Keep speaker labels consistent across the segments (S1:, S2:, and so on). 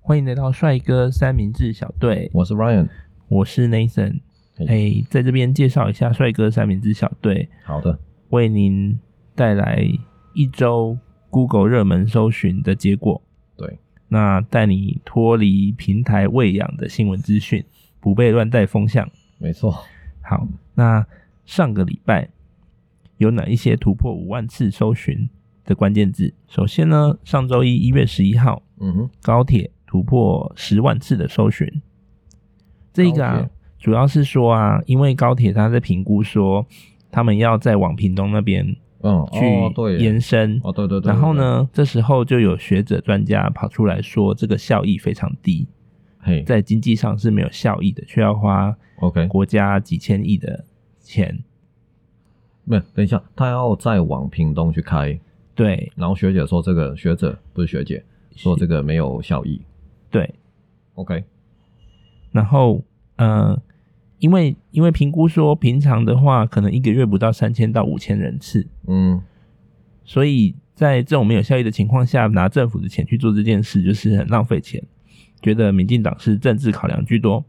S1: 欢迎来到帅哥三明治小队，
S2: 我是 Ryan。
S1: 我是 Nathan。
S2: 嘿
S1: 哎、在这边介绍一下帅哥三明治小队，
S2: 好的，
S1: 为您带来一周 Google 热门搜寻的结果。
S2: 对，
S1: 那带你脱离平台喂养的新闻资讯，不被乱带风向。
S2: 没错。
S1: 好，那上个礼拜有哪一些突破五万次搜寻的关键字？首先呢，上周一一月十一号，
S2: 嗯哼，
S1: 高铁突破十万次的搜寻。这一个
S2: 高
S1: 啊
S2: 铁，
S1: 主要是说啊，因为高铁它在评估说，他们要再往屏东那边
S2: 嗯，哦，对
S1: 去延
S2: 耶，
S1: 伸。
S2: 哦，对对对。
S1: 然后
S2: 对？
S1: 呢，这时候就有学者专家跑出来说，这个效益非常低，
S2: 嘿
S1: 在经济上是没有效益的，却要花
S2: ，OK，
S1: 国家几千亿的钱。
S2: 没有，等一下，他要再往屏东去开，
S1: 对
S2: 然后学姐说这个学者不是学姐，说这个没有效益。
S1: 对，
S2: OK，
S1: 然后呃，因为因为评估说平常的话，可能一个月不到三千到五千人次，
S2: 嗯，
S1: 所以在这种没有效益的情况下，拿政府的钱去做这件事，就是很浪费钱。觉得民进党是政治考量居多，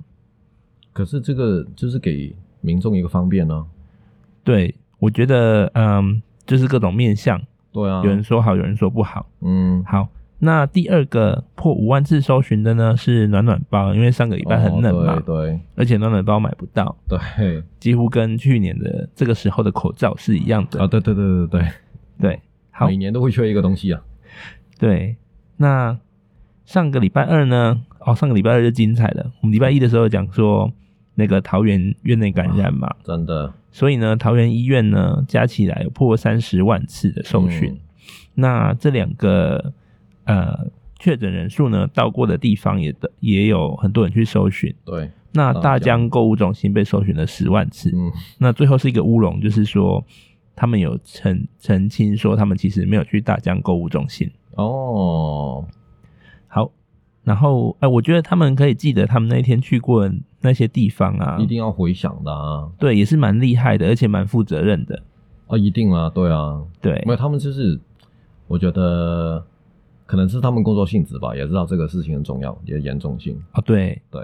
S2: 可是这个就是给民众一个方便呢、啊
S1: 对我觉得，嗯，就是各种面向，
S2: 对啊
S1: 有，人说好，有人说不好。
S2: 嗯，
S1: 好，那第二个破五万次搜寻的呢是暖暖包，因为上个礼拜很冷嘛，
S2: 哦对
S1: 而且暖暖包买不到，
S2: 对对
S1: 几乎跟去年的这个时候的口罩是一样的。
S2: 啊，对对对对对，
S1: 对，好
S2: 每，年都会缺一个东西啊。
S1: 对，那上个礼拜二呢？哦，上个礼拜二就精彩了。我们礼拜一的时候讲说那个桃园院内感染嘛，
S2: 真的，
S1: 所以呢，桃园医院呢加起来有破三十万次的受训。
S2: 嗯
S1: 那这两个呃确诊人数呢到过的地方也的也有很多人去搜寻。
S2: 对，
S1: 那大
S2: 大
S1: 江
S2: 江
S1: 购物中心被搜寻了十万次，
S2: 嗯，
S1: 那最后是一个乌龙，就是说他们有澄澄清说他们其实没有去大江购物中心。
S2: 哦，
S1: 好，然后哎、我觉得他们可以记得他们那天去过的那些地方啊
S2: 一，定要回想的啊，
S1: 对，也是蛮厉害的，而且蛮负责任的。
S2: 啊，一定啊，对啊，
S1: 对
S2: 没有，他们就是，我觉得可能是他们工作性质吧，也知道这个事情很重要，也严重性。
S1: 哦，对
S2: 对，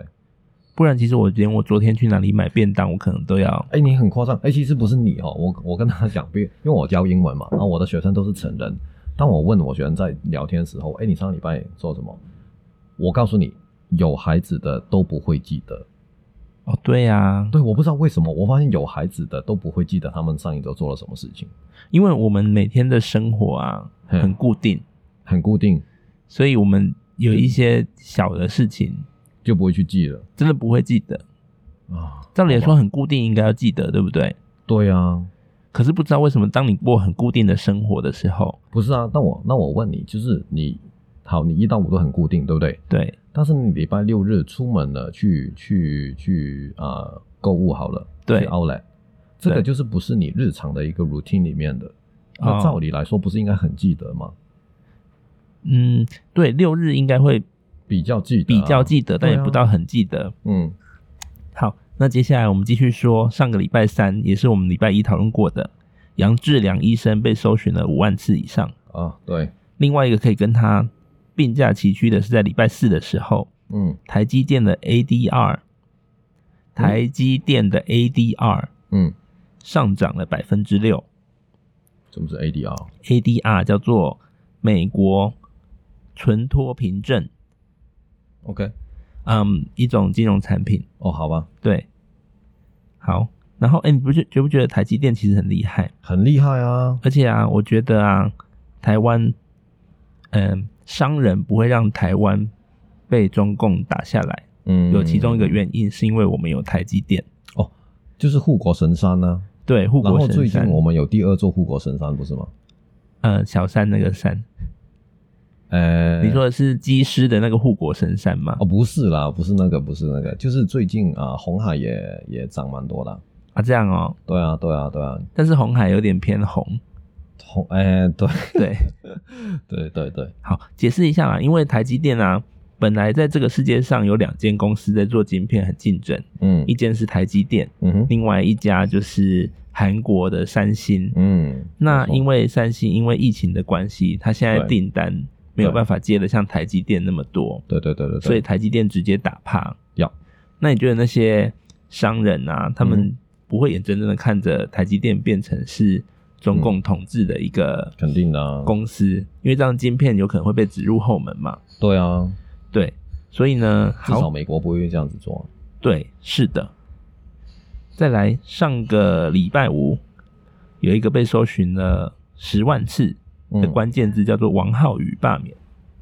S1: 不然其实我连我昨天去哪里买便当，我可能都要
S2: 哎，你很夸张，哎，其实不是你哦，我我跟他讲，因为因为我教英文嘛，然啊后我的学生都是成人，当我问我学生在聊天的时候，哎，你上礼拜做什么？我告诉你，有孩子的都不会记得。
S1: 哦，对呀、啊，
S2: 对，我不知道为什么，我发现有孩子的都不会记得他们上一周做了什么事情，
S1: 因为我们每天的生活啊
S2: 嗯
S1: 很固定，
S2: 很固定，
S1: 所以我们有一些小的事情
S2: 就不会去记了
S1: 真的不会记得。
S2: 啊。
S1: 照理来
S2: 好
S1: 说，
S2: 吧，
S1: 很固定应该要记得，对不对？
S2: 对啊，
S1: 可是不知道为什么，当你过很固定的生活的时候，
S2: 不是啊，那我那我问你，就是你好，你一到五都很固定，对不对？
S1: 对
S2: 但是你礼拜六日出门了，去去去啊、呃购物好了，
S1: 对
S2: 去 Outlet，这个
S1: 对
S2: 就是不是你日常的一个 routine 里面的。
S1: 哦
S2: 那照理来说，不是应该很记得吗？
S1: 嗯，对，六日应该会
S2: 比较记得、
S1: 比较，记得，但也
S2: 对啊
S1: 不到很记得。
S2: 嗯，
S1: 好，那接下来我们继续说上个礼拜三，也是我们礼拜一讨论过的，杨志良医生被搜寻了五万次以上。
S2: 啊，对，
S1: 另外一个可以跟他并驾齐驱的是在礼拜四的时候，
S2: 嗯
S1: 台积电的 ADR，台积电的 ADR
S2: 嗯，
S1: 上涨了百分之六
S2: 什么是 ADR？
S1: ，ADR 叫做美国存托凭证，
S2: OK，
S1: 嗯，一种金融产品。
S2: 哦，好吧，
S1: 对，好，然后哎、诶你不觉觉不觉得台积电其实很厉害？
S2: 很厉害啊，
S1: 而且啊，我觉得啊，台湾，嗯、商人不会让台湾被中共打下来，
S2: 嗯，
S1: 有其中一个原因是因为我们有台积电，
S2: 就是护国神山呢、
S1: 对，护
S2: 然
S1: 国
S2: 后最
S1: 神
S2: 近
S1: 山，
S2: 我们有第二座护国神山，不是吗？
S1: 呃，小山那个山，
S2: 呃，
S1: 你说的是机师的那个护国神山吗？
S2: 哦，不是啦，不是那个，不是那个，就是最近啊，红海也也涨蛮多的。
S1: 啊，这样哦，
S2: 对啊，对啊，对啊，
S1: 但是红海有点偏红，
S2: 红哎，对
S1: 对，
S2: 对对对，
S1: 好，解释一下啦，因为台积电啊。本来在这个世界上有两间公司在做晶片，很竞争。
S2: 嗯
S1: 一间是台积电，
S2: 嗯哼，
S1: 另外一家就是韩国的三星。
S2: 嗯，
S1: 那因
S2: 为
S1: 为三星因为疫情的关系，它现在
S2: 对
S1: 订单没有
S2: 对
S1: 办法接的像台积电那么多，
S2: 对对对对对，
S1: 所以台积电直接打趴。
S2: 要
S1: 那你觉得那些商人啊，他们
S2: 嗯
S1: 不会眼睁睁的看着台积电变成是
S2: 嗯
S1: 中共统治的一个
S2: 肯定的、啊，
S1: 公司？因为这样晶片有可能会被指入后门嘛。
S2: 对啊，
S1: 对，所以呢，
S2: 至少
S1: 好，
S2: 美国不会这样子做。啊
S1: 对，是的。再来，上个礼拜五有一个被搜寻了十万次的
S2: 嗯
S1: 关键字叫做王浩宇罢免。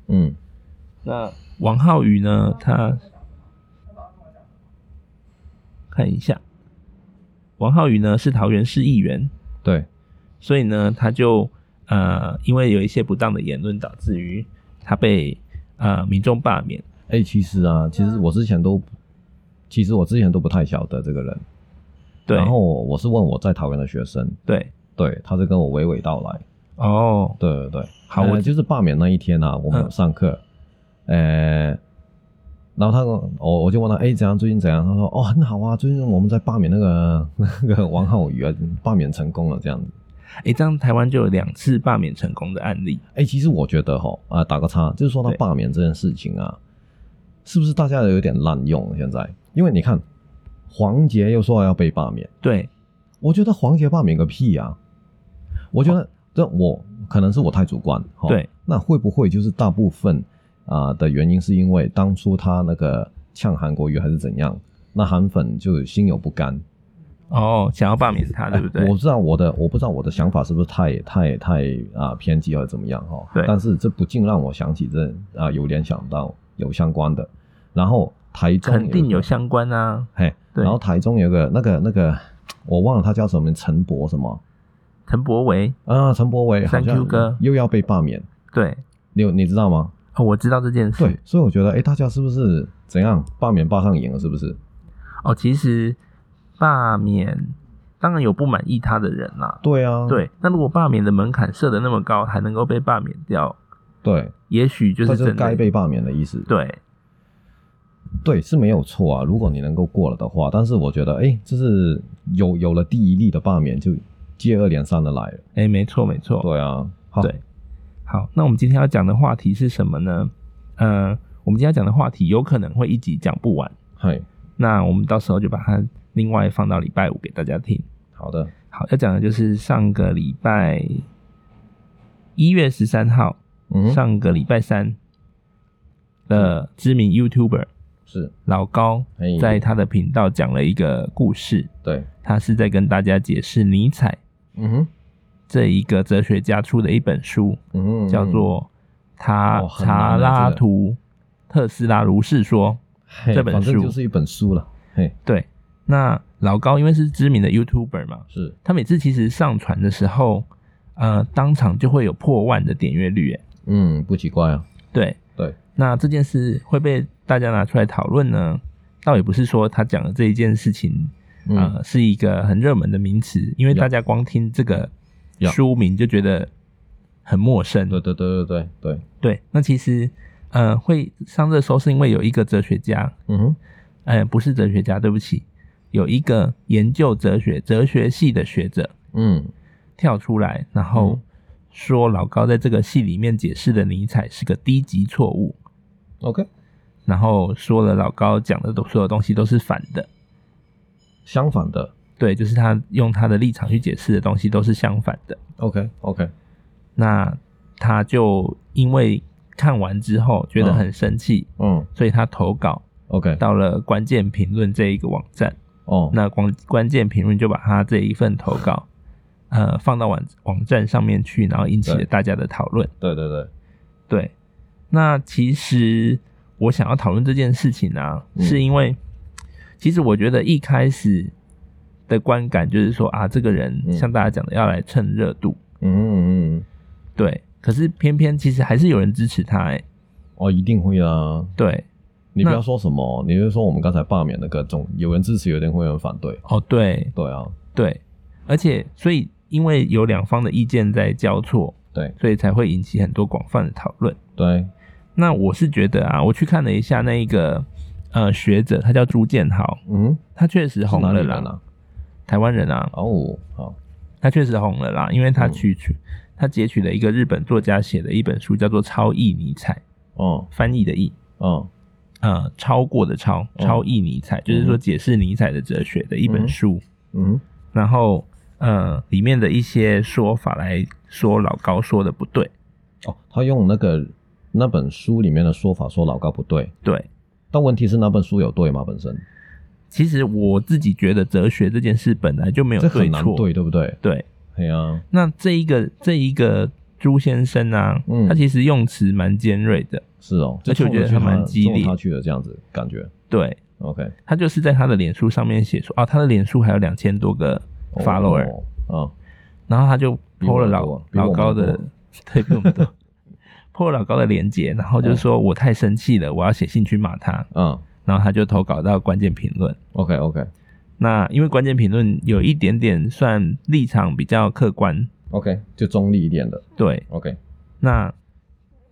S2: 嗯，
S1: 那王浩宇呢？他看一下，王浩宇呢是桃园市议员，
S2: 对，
S1: 所以呢他就呃，因为有一些不当的言论，导致于他被呃民众罢免。
S2: 哎、其实啊，其实我之前都，其实我之前都不太晓得这个人。
S1: 对
S2: 然后我是问我在桃园的学生，
S1: 对
S2: 对，他是跟我娓娓道来。
S1: 哦，
S2: 对对对，
S1: 好，
S2: 呃
S1: 我
S2: 就是罢免那一天啊，我们有上课，呃，然后他跟我我我就问他，哎，怎样？最近怎样？他说，哦，很好啊，最近我们在罢免那个 那个王浩宇啊，罢免成功了，这样子。
S1: 诶，这样台湾就有两次罢免成功的案例。
S2: 哎，其实我觉得哈，啊、打个叉，就是说到
S1: 对
S2: 罢免这件事情啊，是不是大家有点滥用？现在，因为你看，黄杰又说要被罢免，
S1: 对，
S2: 我觉得黄杰罢免个屁啊！我觉得这我可能是我太主观。哈
S1: 哦对，
S2: 那会不会就是大部分啊、的原因是因为当初他那个呛韩国瑜还是怎样，那韩粉就心有不甘，
S1: 哦，想要罢免他，对不对
S2: 哎？我不知道我的我不知道我的想法是不是太太太啊、偏激或者怎么样哈。
S1: 对
S2: 但是这不禁让我想起这啊、有联想到有相关的，然后台中
S1: 肯定
S2: 有
S1: 有
S2: 一个
S1: 相关啊。
S2: 嘿，
S1: 对
S2: 然后台中有个那个那个我忘了他叫什么名陈博什么
S1: 陈柏维，
S2: 啊陈博伟好
S1: Thank you 哥
S2: 像又要被罢免，
S1: 对、
S2: 你有你知 道吗？
S1: 哦，我知道这件事。
S2: 对，所以我觉得哎、大家是不是怎样罢免罢上瘾了？是不是？
S1: 哦，其实罢免当然有不满意他的人啦、
S2: 对啊，
S1: 对，那如果罢免的门槛设的那么高，还能够被罢免掉，
S2: 对，
S1: 也许就
S2: 这
S1: 是
S2: 就是
S1: 真
S2: 该
S1: 的
S2: 被罢免的意思。
S1: 对
S2: 对，是没有错啊。如果你能够过了的话，但是我觉得，哎，这是有有了第一例的罢免，就接二连三的来了。
S1: 哎、没错没错，
S2: 对啊，好，
S1: 对，好，那我们今天要讲的话题是什么呢？呃，我们今天要讲的话题有可能会一集讲不完，
S2: 嗨，
S1: 那我们到时候就把它另外放到礼拜五给大家听。
S2: 好的，
S1: 好，要讲的就是上个礼拜一月十三号，
S2: 嗯，
S1: 上个礼拜三的知名 YouTuber
S2: 是，
S1: 老高
S2: 嘿
S1: 在他的频道讲了一个故事，
S2: 对，
S1: 他是在跟大家解释尼采
S2: 嗯哼，
S1: 这一个哲学家出的一本书，
S2: 嗯哼，
S1: 叫做《塔
S2: 哦很难
S1: 查
S2: 啊
S1: 拉
S2: 这个
S1: 图特斯拉如是说》。
S2: 嘿
S1: 这本
S2: 反
S1: 书
S2: 正就是一本书了。嘿，
S1: 对，那老高因为是知名的 YouTuber 嘛，
S2: 是，
S1: 他每次其实上传的时候，呃，当场就会有破万的点阅率，哎，
S2: 嗯，不奇怪啊。
S1: 对，
S2: 对，
S1: 那这件事会被大家拿出来讨论呢，倒也不是说他讲的这一件事情
S2: 嗯，
S1: 呃，是一个很热门的名词，因为
S2: Yeah.
S1: 大家光听这个
S2: Yeah.
S1: 书名就觉得很陌生。
S2: 对对对对对对，
S1: 对那其实呃，会上热搜是因为有一个哲学家，
S2: 嗯哼，
S1: 呃，不是哲学家，对不起，有一个研究哲学哲学系的学者
S2: 嗯，
S1: 跳出来，然后
S2: 嗯
S1: 说老高在这个戏里面解释的尼采是个低级错误，
S2: ，OK，
S1: 然后说了老高讲的都所有东西都是反的。
S2: 相反的
S1: 对，就是他用他的立场去解释的东西都是相反的。
S2: ，OK OK，
S1: 那他就因为看完之后觉得很生气，
S2: 嗯
S1: 所以他投稿
S2: ，OK，
S1: 到了关键评论这一个网站。
S2: 哦，
S1: 那关关键评论就把他这一份投稿，呃，放到网网站上面去，然后引起了
S2: 对
S1: 大家的讨论。
S2: 对对嗯对，
S1: 对，那其实我想要讨论这件事情啊，
S2: 嗯
S1: 是因为其实我觉得一开始的观感就是说啊，这个人
S2: 嗯
S1: 像大家讲的要来蹭热度，
S2: 嗯嗯嗯，
S1: 对。可是偏偏其实还是有人支持他、欸，
S2: 哦，一定会啊，
S1: 对，
S2: 你
S1: 那
S2: 不要说什么，你就说我们刚才罢免那个总有人支持，有人会有人反对。
S1: 哦，对
S2: 对啊，
S1: 对，而且所以因为有两方的意见在交错，
S2: 对
S1: 所以才会引起很多广泛的讨论。
S2: 对，
S1: 那我是觉得啊，我去看了一下那一个呃学者，他叫朱建豪，
S2: 嗯，
S1: 他确实
S2: 是
S1: 红
S2: 哪
S1: 了
S2: 里
S1: 啦，
S2: 人啊？
S1: 台湾人啊，
S2: 哦，好，嗯
S1: 他确实红了啦，因为他去去、他截取了一个日本作家写的一本书，叫做《超译尼采》，
S2: 哦
S1: 翻译的译，
S2: 哦
S1: 呃，超过的超，
S2: 嗯
S1: 超译尼采，就是说解释尼采的哲学的一本书。
S2: 嗯
S1: 然后呃，里面的一些说法来说老高说的不对，
S2: 哦，他用那个那本书里面的说法说老高不对，
S1: 对。
S2: 但问题是那本书有对吗？本身
S1: 其实我自己觉得哲学这件事本来就没有
S2: 这
S1: 对
S2: 很难
S1: 错，
S2: 对，对不对？
S1: 对。
S2: 对啊，
S1: 那这一个这一个朱先生啊，
S2: 嗯
S1: 他其实用词蛮尖锐的，
S2: 是哦，
S1: 而且我觉得
S2: 就冲着去
S1: 还蛮激烈
S2: 冲着他去的这样子感觉。
S1: 对
S2: OK，
S1: 他就是在他的脸书上面写说，啊，他的脸书还有两千多个 follower，、
S2: 哦啊，
S1: 然后他就
S2: 比我
S1: PO 了
S2: 多
S1: 老
S2: 比我
S1: 老高
S2: 多
S1: 的， 对，比我们多 PO 了老高的连接，然后就说我太生气了，我要写信去骂他，
S2: 嗯
S1: 然后他就投稿到关键评论。
S2: ，OK OK
S1: 那因为关键评论有一点点算立场比较客观，
S2: OK，就中立一点的
S1: 对，
S2: OK
S1: 那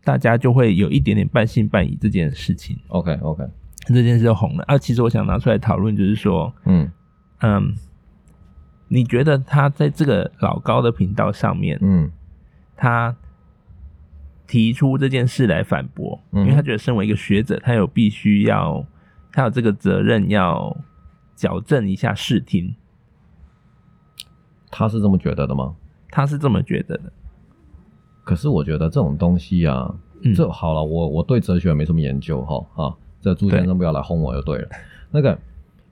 S1: 大家就会有一点点半信半疑这件事情，
S2: OK OK，
S1: 这件事就红了。啊，其实我想拿出来讨论，就是说，
S2: 嗯
S1: 嗯，你觉得他在这个老高的频道上面，
S2: 嗯
S1: 他提出这件事来反驳，
S2: 嗯
S1: 因为他觉得身为一个学者，他有必须要，他有这个责任要矫正一下视听，
S2: 他是这么觉得的吗？
S1: 他是这么觉得的。
S2: 可是我觉得这种东西啊，
S1: 嗯，
S2: 这好了，我我对哲学没什么研究哈啊，这朱先生不要来轰我就对了。那个，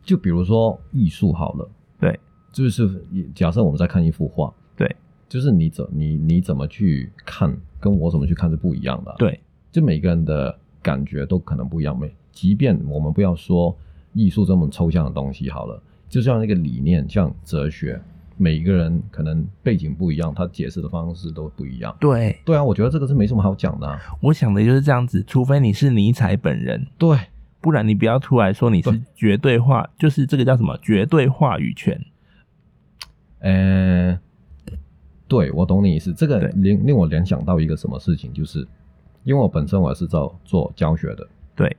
S2: 就比如说艺术好了，
S1: 对，
S2: 就是假设我们在看一幅画，
S1: 对，
S2: 就是你怎你你怎么去看，跟我怎么去看是不一样的、，啊
S1: 对，
S2: 就每个人的感觉都可能不一样。每即便我们不要说艺术这么抽象的东西好了，就像那个理念，像哲学，每一个人可能背景不一样，他解释的方式都不一样。
S1: 对，
S2: 对啊，我觉得这个是没什么好讲的、啊。
S1: 我想的就是这样子，除非你是尼采本人，
S2: 对，
S1: 不然你不要出来说你是
S2: 对
S1: 绝对话，就是这个叫什么绝对话语权。
S2: 呃，对，我懂你意思。这个
S1: 对
S2: 令令我联想到一个什么事情，就是因为我本身我是做做教学的，
S1: 对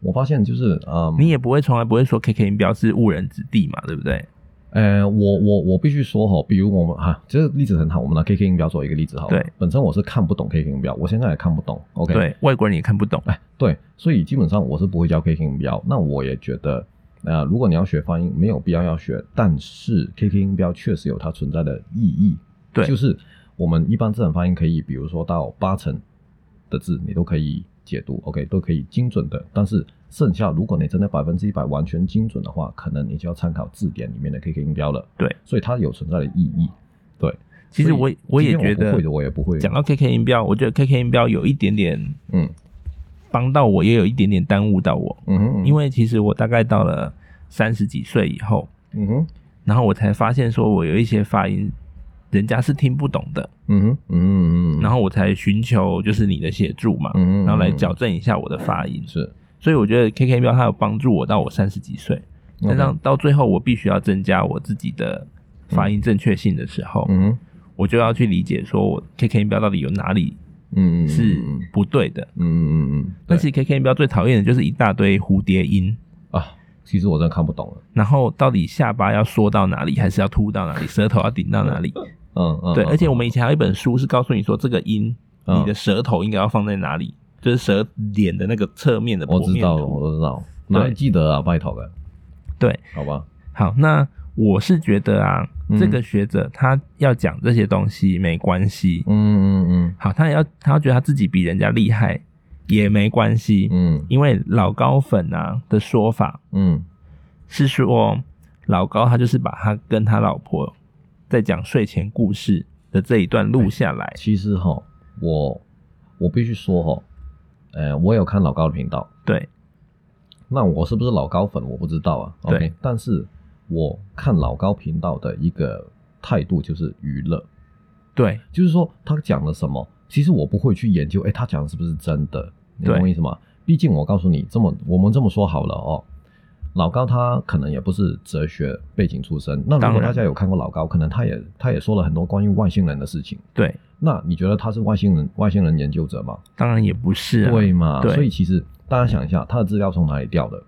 S2: 我发现就是嗯，
S1: 你也不会从来不会说 K K 音标是误人子弟嘛，对不对？
S2: 呃，我我我必须说哈，比如我们哈、啊，这个例子很好，我们拿 KK 音标做一个例子好了。
S1: 对，
S2: 本身我是看不懂 KK 音标，我现在也看不懂。OK，，
S1: 对，外国人也看不懂。
S2: 哎，对，所以基本上我是不会教 KK 音标。那我也觉得，呃，如果你要学发音，没有必要要学，但是 KK 音标确实有它存在的意义。
S1: 对
S2: 就是我们一般自然发音可以，比如说到八成的字，你都可以解读，OK，都可以精准的。但是剩下，如果你真的百分之一百完全精准的话，可能你就要参考字典里面的 KK 音标了。
S1: 对，
S2: 所以它有存在的意义。对，
S1: 其实
S2: 所以
S1: 我我也
S2: 即
S1: 觉
S2: 便
S1: 得
S2: 不会的，我也不会。
S1: 讲到 K K 音标，我觉得 K K 音标有一点点
S2: 嗯
S1: 帮到我，也有一点点耽误到我，
S2: 嗯哼，
S1: 因
S2: 为
S1: 为其实我大概到了三十几岁以后，
S2: 嗯哼
S1: 然后我才发现说我有一些发音人家是听不懂的，
S2: 嗯哼嗯哼嗯哼，
S1: 然
S2: 后
S1: 后我才寻求就是你的协助嘛，
S2: 嗯嗯嗯
S1: 然后来矫正一下我的发音。
S2: 是。
S1: 所以我觉得 K K 标它有帮助我到我三十几岁，但
S2: OK
S1: 让到最后我必须要增加我自己的发音正确性的时候，
S2: 嗯哼
S1: 我就要去理解说我 K K 标到底有哪里
S2: 嗯嗯嗯
S1: 是
S2: 嗯
S1: 不对的。
S2: 嗯嗯嗯嗯，
S1: 但
S2: 但
S1: 是 K K 标最讨厌的就是一大堆蝴蝶音，
S2: 啊，其实我真的看不懂了。
S1: 然后到底下巴要缩到哪里，还是要凸到哪里，舌头要顶到哪里？
S2: 嗯嗯，
S1: 对，
S2: 嗯
S1: 而且我们以前还有一本书是告诉你说这个音，
S2: 嗯
S1: 你的舌头应该要放在哪里，就是舌脸的那个侧面的
S2: 我
S1: 剖
S2: 知
S1: 面
S2: 道了，
S1: 图
S2: 我都知道，
S1: 对
S2: 哪里记得啊？拜托的，
S1: 对，
S2: 好吧，
S1: 好，那我是觉得啊，
S2: 嗯
S1: 这个学者他要讲这些东西没关系，
S2: 嗯嗯
S1: 好，他也要他要觉得他自己比人家厉害也没关系，
S2: 嗯嗯
S1: 因为老高粉啊的说法
S2: 嗯，
S1: 是说老高他就是把他跟他老婆在讲睡前故事的这一段录下来，
S2: 其实哈，我我必须说哈，呃，我有看老高的频道，
S1: 对
S2: 那我是不是老高粉我不知道啊。
S1: 对
S2: OK，但是我看老高频道的一个态度就是娱乐，
S1: 对
S2: 就是说他讲了什么，其实我不会去研究，哎，他讲的是不是真的？你
S1: 对
S2: 懂我意思吗？毕竟我告诉你，这么我们这么说好了哦。老高他可能也不是哲学背景出身，那如
S1: 当
S2: 果
S1: 然
S2: 大家有看过老高，可能他也他也说了很多关于外星人的事情。
S1: 对，
S2: 那你觉得他是外星人外星人研究者吗？
S1: 当然也不是、啊，
S2: 对嘛？
S1: 对
S2: 所以其实大家想一下，他的资料从哪里调的？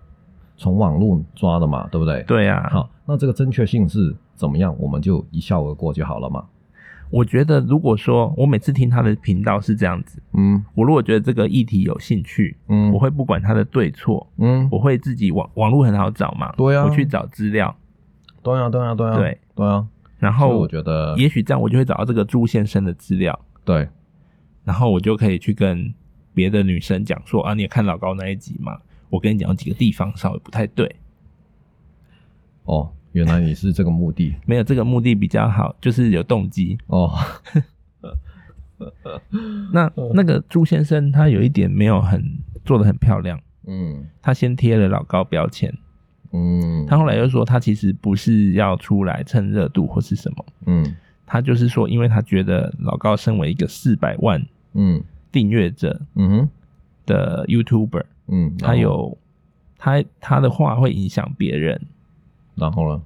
S2: 从网络抓的嘛，对不对？。
S1: 对啊，
S2: 好，那这个正确性是怎么样，我们就一笑而过就好了嘛。
S1: 我觉得如果说我每次听他的频道是这样子，
S2: 嗯
S1: 我如果觉得这个议题有兴趣，
S2: 嗯，
S1: 我会不管他的对错，
S2: 嗯，
S1: 我会自己网网络很好找嘛，
S2: 对啊
S1: 我去找资料，
S2: 对啊对啊对啊
S1: 对
S2: 对啊，
S1: 然
S2: 所以
S1: 后
S2: 我觉得
S1: 也许这样我就会找到这个朱先生的资料，
S2: 对
S1: 然后我就可以去跟别的女生讲说啊，你也看老高那一集嘛，我跟你讲有几个地方稍微不太对，
S2: 哦，原来你是这个目的
S1: 没有这个目的比较好，就是有动机。
S2: 哦，
S1: 那那个朱先生他有一点没有很做的很漂亮，
S2: 嗯
S1: 他先贴了老高标签，
S2: 嗯，
S1: 他后来又说他其实不是要出来蹭热度或是什么，
S2: 嗯
S1: 他就是说因为他觉得老高身为一个四百万
S2: 嗯
S1: 订阅者
S2: 嗯哼
S1: 的 YouTuber，
S2: 嗯，
S1: 他有他他的话会影响别人，
S2: 然后呢？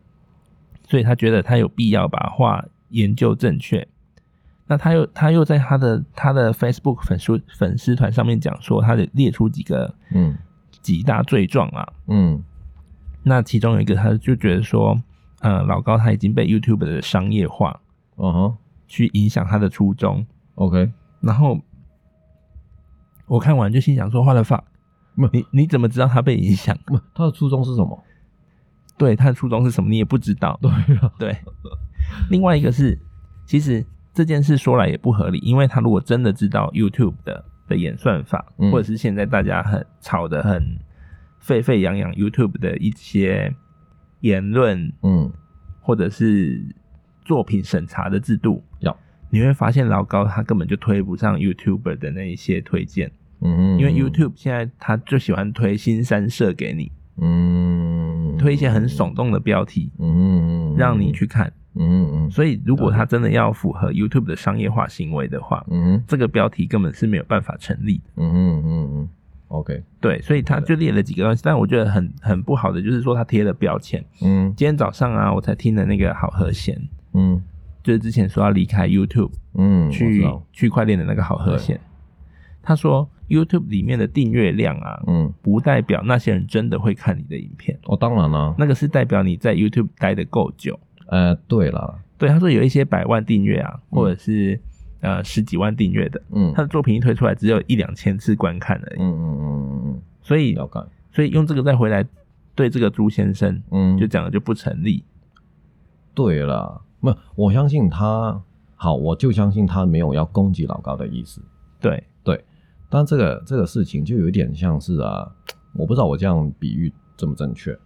S1: 所以他觉得他有必要把话研究正确。那他又他又在他的他的 Facebook 粉丝粉丝团上面讲说，他得列出几个
S2: 嗯
S1: 几大罪状啊。
S2: 嗯
S1: 那其中有一个，他就觉得说，呃，老高他已经被 YouTube 的商业化
S2: 嗯哼
S1: 去影响他的初衷。
S2: ，OK，
S1: 然后我看完就心想说，坏了 fuck，
S2: 没有
S1: 你你怎么知道他被影响？
S2: 不，他的初衷是什么？
S1: 对他的初衷是什么，你也不知道。
S2: 对啊，
S1: 对，另外一个是，其实这件事说来也不合理，因为他如果真的知道 YouTube 的的演算法，
S2: 嗯
S1: 或者是现在大家很吵得很沸沸扬扬 YouTube 的一些言论
S2: 嗯
S1: 或者是作品审查的制度，
S2: 要
S1: 你会发现老高他根本就推不上 YouTuber 的那一些推荐，
S2: 嗯，
S1: 因为 YouTube 现在他就喜欢推新三社给你，
S2: 嗯
S1: 推一些很耸，动的标题
S2: 嗯嗯，
S1: 让你，去看。
S2: 嗯嗯
S1: 所以，如果他真的要符合 YouTube 的商业化行为的话，
S2: 嗯
S1: 这个标题根本是没有办法成立的。
S2: 嗯嗯嗯嗯，OK，
S1: 对，所以他就列了几个东西，但我觉得很很不好的就是说他贴了标签。
S2: 嗯
S1: 今天早上啊，我才听了那个好和弦，
S2: 嗯
S1: 就是之前说要离开 YouTube
S2: 嗯，
S1: 去区块链的那个好和弦，他说 YouTube 里面的订阅量啊，
S2: 嗯，
S1: 不代表那些人真的会看你的影片，
S2: 哦，当然啦，
S1: 那个是代表你在 YouTube 待得够久。
S2: 呃，对啦，
S1: 对，他说有一些百万订阅啊，或者是呃十几万订阅的，
S2: 嗯
S1: 他的作品一推出来只有一两千次观看而
S2: 嗯
S1: 已，
S2: 嗯嗯嗯
S1: 所
S2: 嗯，
S1: 以
S2: 了解，
S1: 所以用这个再回来对这个朱先生
S2: 嗯，
S1: 就讲的就不成立。
S2: 对啦，没有，我相信他，好，我就相信他没有要攻击老高的意思，
S1: 对，
S2: 但这个这个事情就有一点像是啊，我不知道我这样比喻正不正确。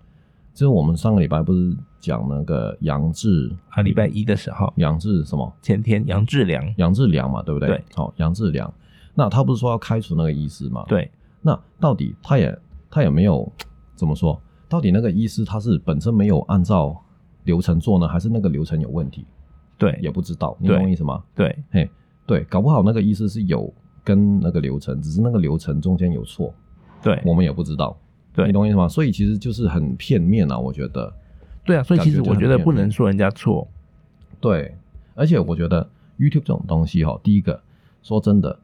S2: 就是我们上个礼拜不是讲那个杨志
S1: 啊，礼拜一的时候，
S2: 杨志什么
S1: 前天杨志良，
S2: 杨志良嘛，对不对？
S1: 对，
S2: 好、杨志良，那他不是说要开除那个医师嘛？，
S1: 对
S2: 那到底他也他也没有怎么说？到底那个医师他是本身没有按照流程做呢，还是那个流程有问题？
S1: 对
S2: 也不知道，你
S1: 对
S2: 懂我意思吗？
S1: 对
S2: 对，搞不好那个医师是有跟那个流程，只是那个流程中间有错，
S1: 对
S2: 我们也不知道。
S1: 对
S2: 你懂我意思吗？所以其实就是很片面啊，我觉得。
S1: 对啊，所以其实我觉得不能说人家错，
S2: 对，而且我觉得 YouTube 这种东西哈、第一个说真的，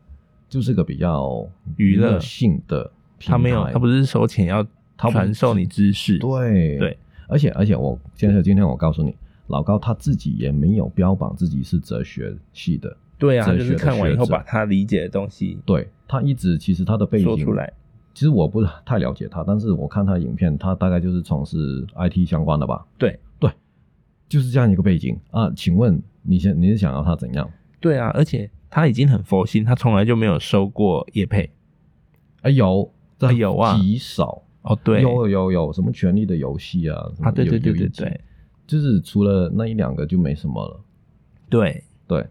S2: 就是个比较
S1: 娱乐
S2: 乐性的平台，
S1: 他没有，他不是收钱要
S2: 他不
S1: 传授你知识，
S2: 对
S1: 对，
S2: 而且而且我现在今天我告诉你，老高他自己也没有标榜自己是哲学系的，
S1: 对啊，他
S2: 哲
S1: 就是
S2: 学
S1: 看完以后
S2: 的学者
S1: 把他理解的东西
S2: 对他一直其实他的背
S1: 说
S2: 景
S1: 出来，
S2: 其实我不是太了解他，但是我看他影片，他大概就是从事 IT 相关的吧。
S1: 对
S2: 对，就是这样一个背景啊。请问你想你是想要他怎样？
S1: 对啊，而且他已经很佛心，他从来就没有收过叶配。
S2: 哎有，这
S1: 啊有啊
S2: 极少，
S1: 哦，对，
S2: 有有有什么权力的游戏啊？什么
S1: 啊，对对对
S2: 有有
S1: 对
S2: 一集
S1: 对
S2: 就是除了那一两个就没什么了。
S1: 对，
S2: 对，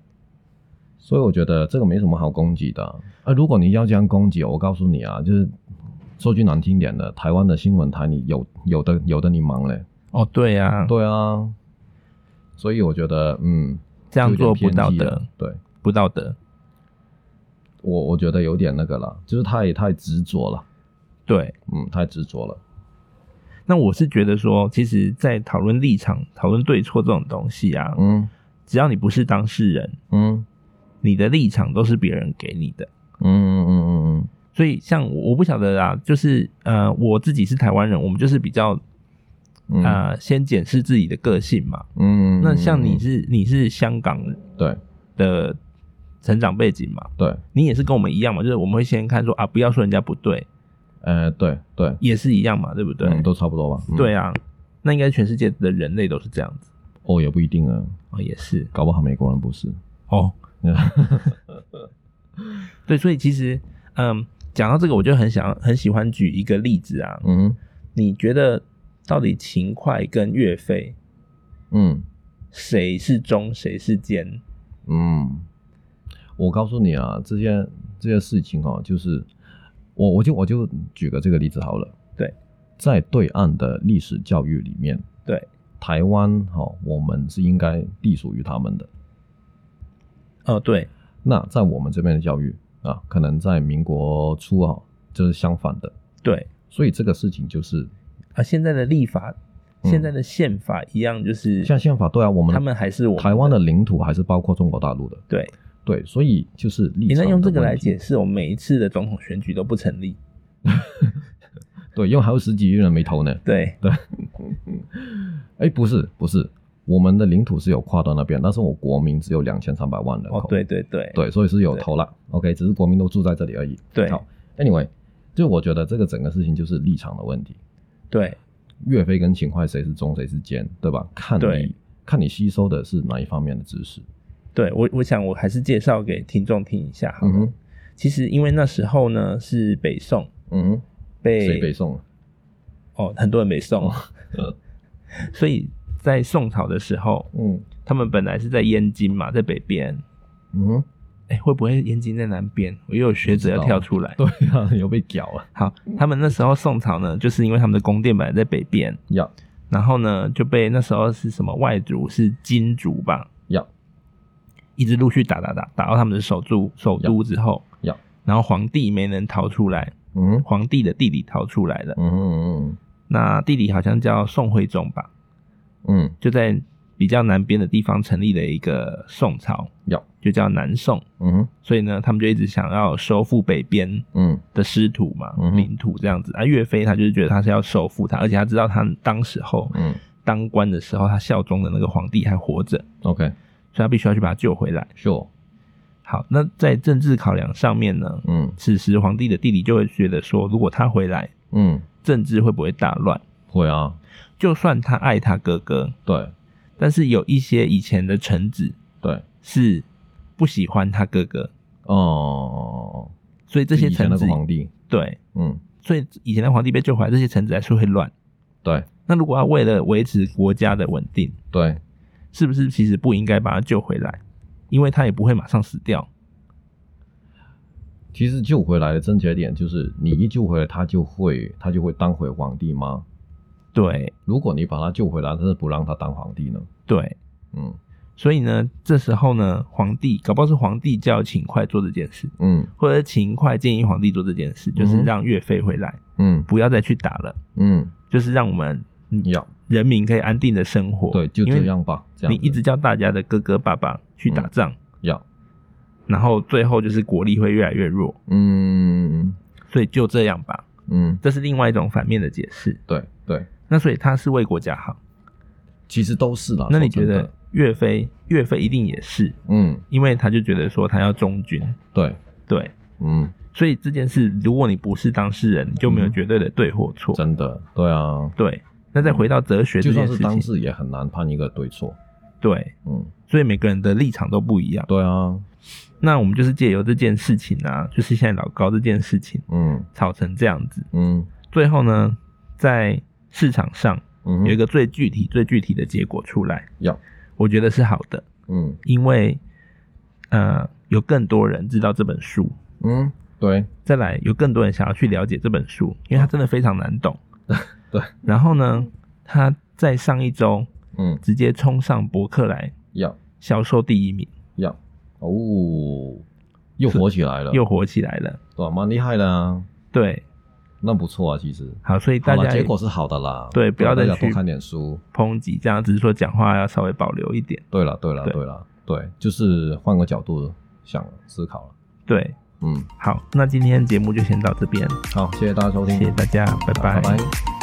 S2: 所以我觉得这个没什么好攻击的啊。啊如果你要这样攻击，我告诉你啊，就是说句难听点的，台湾的新闻台你有有的有的你忙嘞。
S1: 哦对啊，
S2: 对啊，所以我觉得，嗯，
S1: 这样
S2: 就有
S1: 做
S2: 点
S1: 不道
S2: 偏激
S1: 德
S2: 了，对
S1: 不道德，
S2: 我，我觉得有点那个了，就是太太执着了，
S1: 对。
S2: 嗯，太执着了。
S1: 那我是觉得说，其实，在讨论立场、讨论对错这种东西啊，
S2: 嗯
S1: 只要你不是当事人，
S2: 嗯
S1: 你的立场都是别人给你的。
S2: 嗯嗯嗯嗯
S1: 所以，像我我不晓得啦，就是呃，我自己是台湾人，我们就是比较
S2: 嗯嗯
S1: 呃，先检视自己的个性嘛。
S2: 嗯，
S1: 啊那像你
S2: 嗯
S1: 是你是香港人，
S2: 对，
S1: 的成长背景嘛，
S2: 对，
S1: 你也是跟我们一样嘛，就是我们会先看说啊，不要说人家不对，
S2: 呃，对对，
S1: 也是一样嘛，对不对？
S2: 嗯，都差不多吧。嗯
S1: 对啊，那应该全世界的人类都是这样子
S2: 哦，也不一定啊，
S1: 哦，也是
S2: 搞不好美国人不是。
S1: 哦，对，所以其实嗯，讲到这个，我就很想很喜欢举一个例子啊，
S2: 嗯
S1: 你觉得到底勤快跟岳飞
S2: 嗯
S1: 谁是忠谁是奸？
S2: 嗯，我告诉你啊，这些这些事情哦，就是我我就我就举个这个例子好了。
S1: 对，
S2: 在对岸的历史教育里面，
S1: 对，
S2: 台湾哈、哦，我们是应该隶属于他们的。
S1: 哦，对，
S2: 那在我们这边的教育啊，可能在民国初啊，就是相反的。
S1: 对
S2: 所以这个事情就是
S1: 啊，现在的立法，
S2: 嗯
S1: 现在的宪法一样，就是
S2: 像宪法，对啊，我们
S1: 他们还是我们
S2: 台湾的领土还是包括中国大陆的，
S1: 对。
S2: 对，所以就是立
S1: 你
S2: 场
S1: 能用
S2: 的
S1: 这个
S2: 问
S1: 来
S2: 题
S1: 解释我们每一次的总统选举都不成立？
S2: 对，因为还有十几亿人没投呢。
S1: 对
S2: 哎，不是不是，我们的领土是有跨到那边，但是我国民只有两千三百万人口，
S1: 哦，对对对
S2: 对，所以是有
S1: 对
S2: 投了。OK，只是国民都住在这里而已。
S1: 对
S2: 好，Anyway，就我觉得这个整个事情就是立场的问题，
S1: 对
S2: 岳飞跟秦桧谁是忠谁是奸，对吧？看
S1: 对
S2: 你看你吸收的是哪一方面的知识。
S1: 对，我我想我还是介绍给听众听一下好
S2: 嗯
S1: 了。
S2: 哼，
S1: 其实因为那时候呢是北宋
S2: 嗯哼，谁
S1: 被
S2: 背诵了？
S1: 哦很多人北宋，
S2: 呃
S1: 所以在宋朝的时候，
S2: 嗯
S1: 他们本来是在燕京嘛，在北边。
S2: 嗯哼，
S1: 哎，会不会燕京在南边？我又有学者要
S2: 不知道
S1: 跳出来。
S2: 对啊，又被屌了。
S1: 好，他们那时候宋朝呢，就是因为他们的宫殿本来在北边，
S2: 要
S1: 然后呢就被那时候是什么外族是金族吧，
S2: 要
S1: 一直陆续打打打打到他们的首都首都之后，
S2: 要，
S1: 然后皇帝没能逃出来，
S2: 嗯哼
S1: 皇帝的弟弟逃出来了。
S2: 嗯哼嗯
S1: 那弟弟好像叫宋徽宗吧，
S2: 哼嗯
S1: 就在比较南边的地方成立了一个宋朝，
S2: 要
S1: 就叫南宋。
S2: 嗯哼
S1: 所以呢，他们就一直想要收复北边
S2: 嗯
S1: 的失土嘛
S2: 嗯，哼
S1: 领土这样子。啊，岳飞他就是觉得他是要收复他，而且他知道他当时候
S2: 嗯
S1: 当官的时候，他效忠的那个皇帝还活着，
S2: ，OK，sure，
S1: 所以他必须要去把他救回来。好，那在政治考量上面呢，
S2: 嗯
S1: 此时皇帝的弟弟就会觉得说，如果他回来，
S2: 嗯，
S1: 政治会不会大乱？
S2: 会啊，
S1: 就算他爱他哥哥，
S2: 对
S1: 但是有一些以前的臣子
S2: 对，
S1: 是不喜欢他哥哥，
S2: 哦，
S1: 所以这些
S2: 以前
S1: 臣
S2: 那
S1: 子
S2: 个皇帝，
S1: 对，
S2: 嗯，
S1: 所以以前的皇帝被救回来，这些臣子还是会乱。
S2: 对
S1: 那如果要为了维持国家的稳定，
S2: 对，
S1: 是不是其实不应该把他救回来？因为他也不会马上死掉。
S2: 其实救回来的症结点就是你一救回来，他就会他就会当回皇帝吗？
S1: 对
S2: 如果你把他救回来，但是不让他当皇帝呢？
S1: 对，
S2: 嗯
S1: 所以呢，这时候呢，皇帝搞不好是皇帝叫秦桧做这件事，
S2: 嗯
S1: 或者秦桧建议皇帝做这件事，就
S2: 嗯
S1: 是
S2: 哼
S1: 让岳飞回来，
S2: 嗯
S1: 不要再去打了，
S2: 嗯，
S1: 就是让我们嗯
S2: 要
S1: 人民可以安定的生活。
S2: 对，就
S1: 因为
S2: 这样吧，这
S1: 你
S2: 样
S1: 一
S2: 子嗯
S1: 直叫大家的哥哥爸爸去打仗，
S2: 要，
S1: 然后最后就是国力会越来越弱，
S2: 嗯嗯
S1: 所以就这样吧。
S2: 嗯，
S1: 这是另外一种反面的解释。
S2: 对对，
S1: 那所以他是为国家好。
S2: 其实都是啦。
S1: 那你
S2: 啊说
S1: 觉
S2: 真的
S1: 得？岳飞，岳飞一定也是，
S2: 嗯，
S1: 因为他就觉得说他要忠君，
S2: 对，
S1: 对。
S2: 嗯，
S1: 所以这件事，如果你不是当事人，你就没有绝对的对或错。
S2: 真的，对啊，
S1: 对。那再回到哲学
S2: 就
S1: 这件
S2: 算是
S1: 事
S2: 当
S1: 情，
S2: 事也很难判一个对错。
S1: 对，
S2: 嗯，
S1: 所以每个人的立场都不一样。
S2: 对啊，
S1: 那我们就是借由这件事情啊，就是现在老高这件事情
S2: 嗯
S1: 吵成这样子，
S2: 嗯
S1: 最后呢，在市场上
S2: 嗯，
S1: 有一个最具体、最具体的结果出来，
S2: 要，
S1: 我觉得是好的，
S2: 嗯
S1: 因为呃，有更多人知道这本书，
S2: 嗯，对
S1: 再来有更多人想要去了解这本书，因为它真的非常难懂。
S2: 对，
S1: 然后呢，它在上一周
S2: 嗯
S1: 直接冲上博客来
S2: 要
S1: 销售第一名，
S2: 要，哦，又火起来了，
S1: 又火起来了。
S2: 对啊，蛮厉害的啊，
S1: 对，
S2: 那不错啊，其实。
S1: 好，所以
S2: 好
S1: 大
S2: 了，
S1: 家
S2: 结
S1: 也
S2: 果是好的啦。啊
S1: 对不要
S2: 大
S1: 再
S2: 家
S1: 去
S2: 多看点书。
S1: 抨击这样，只是说讲话要稍微保留一点。
S2: 对了，对了，
S1: 对
S2: 对了，对，就是换个角度想思考了。
S1: 对，
S2: 嗯，
S1: 好，那今天节目就先到这边，
S2: 好，谢谢大家收听，
S1: 谢谢大家，拜
S2: 拜拜。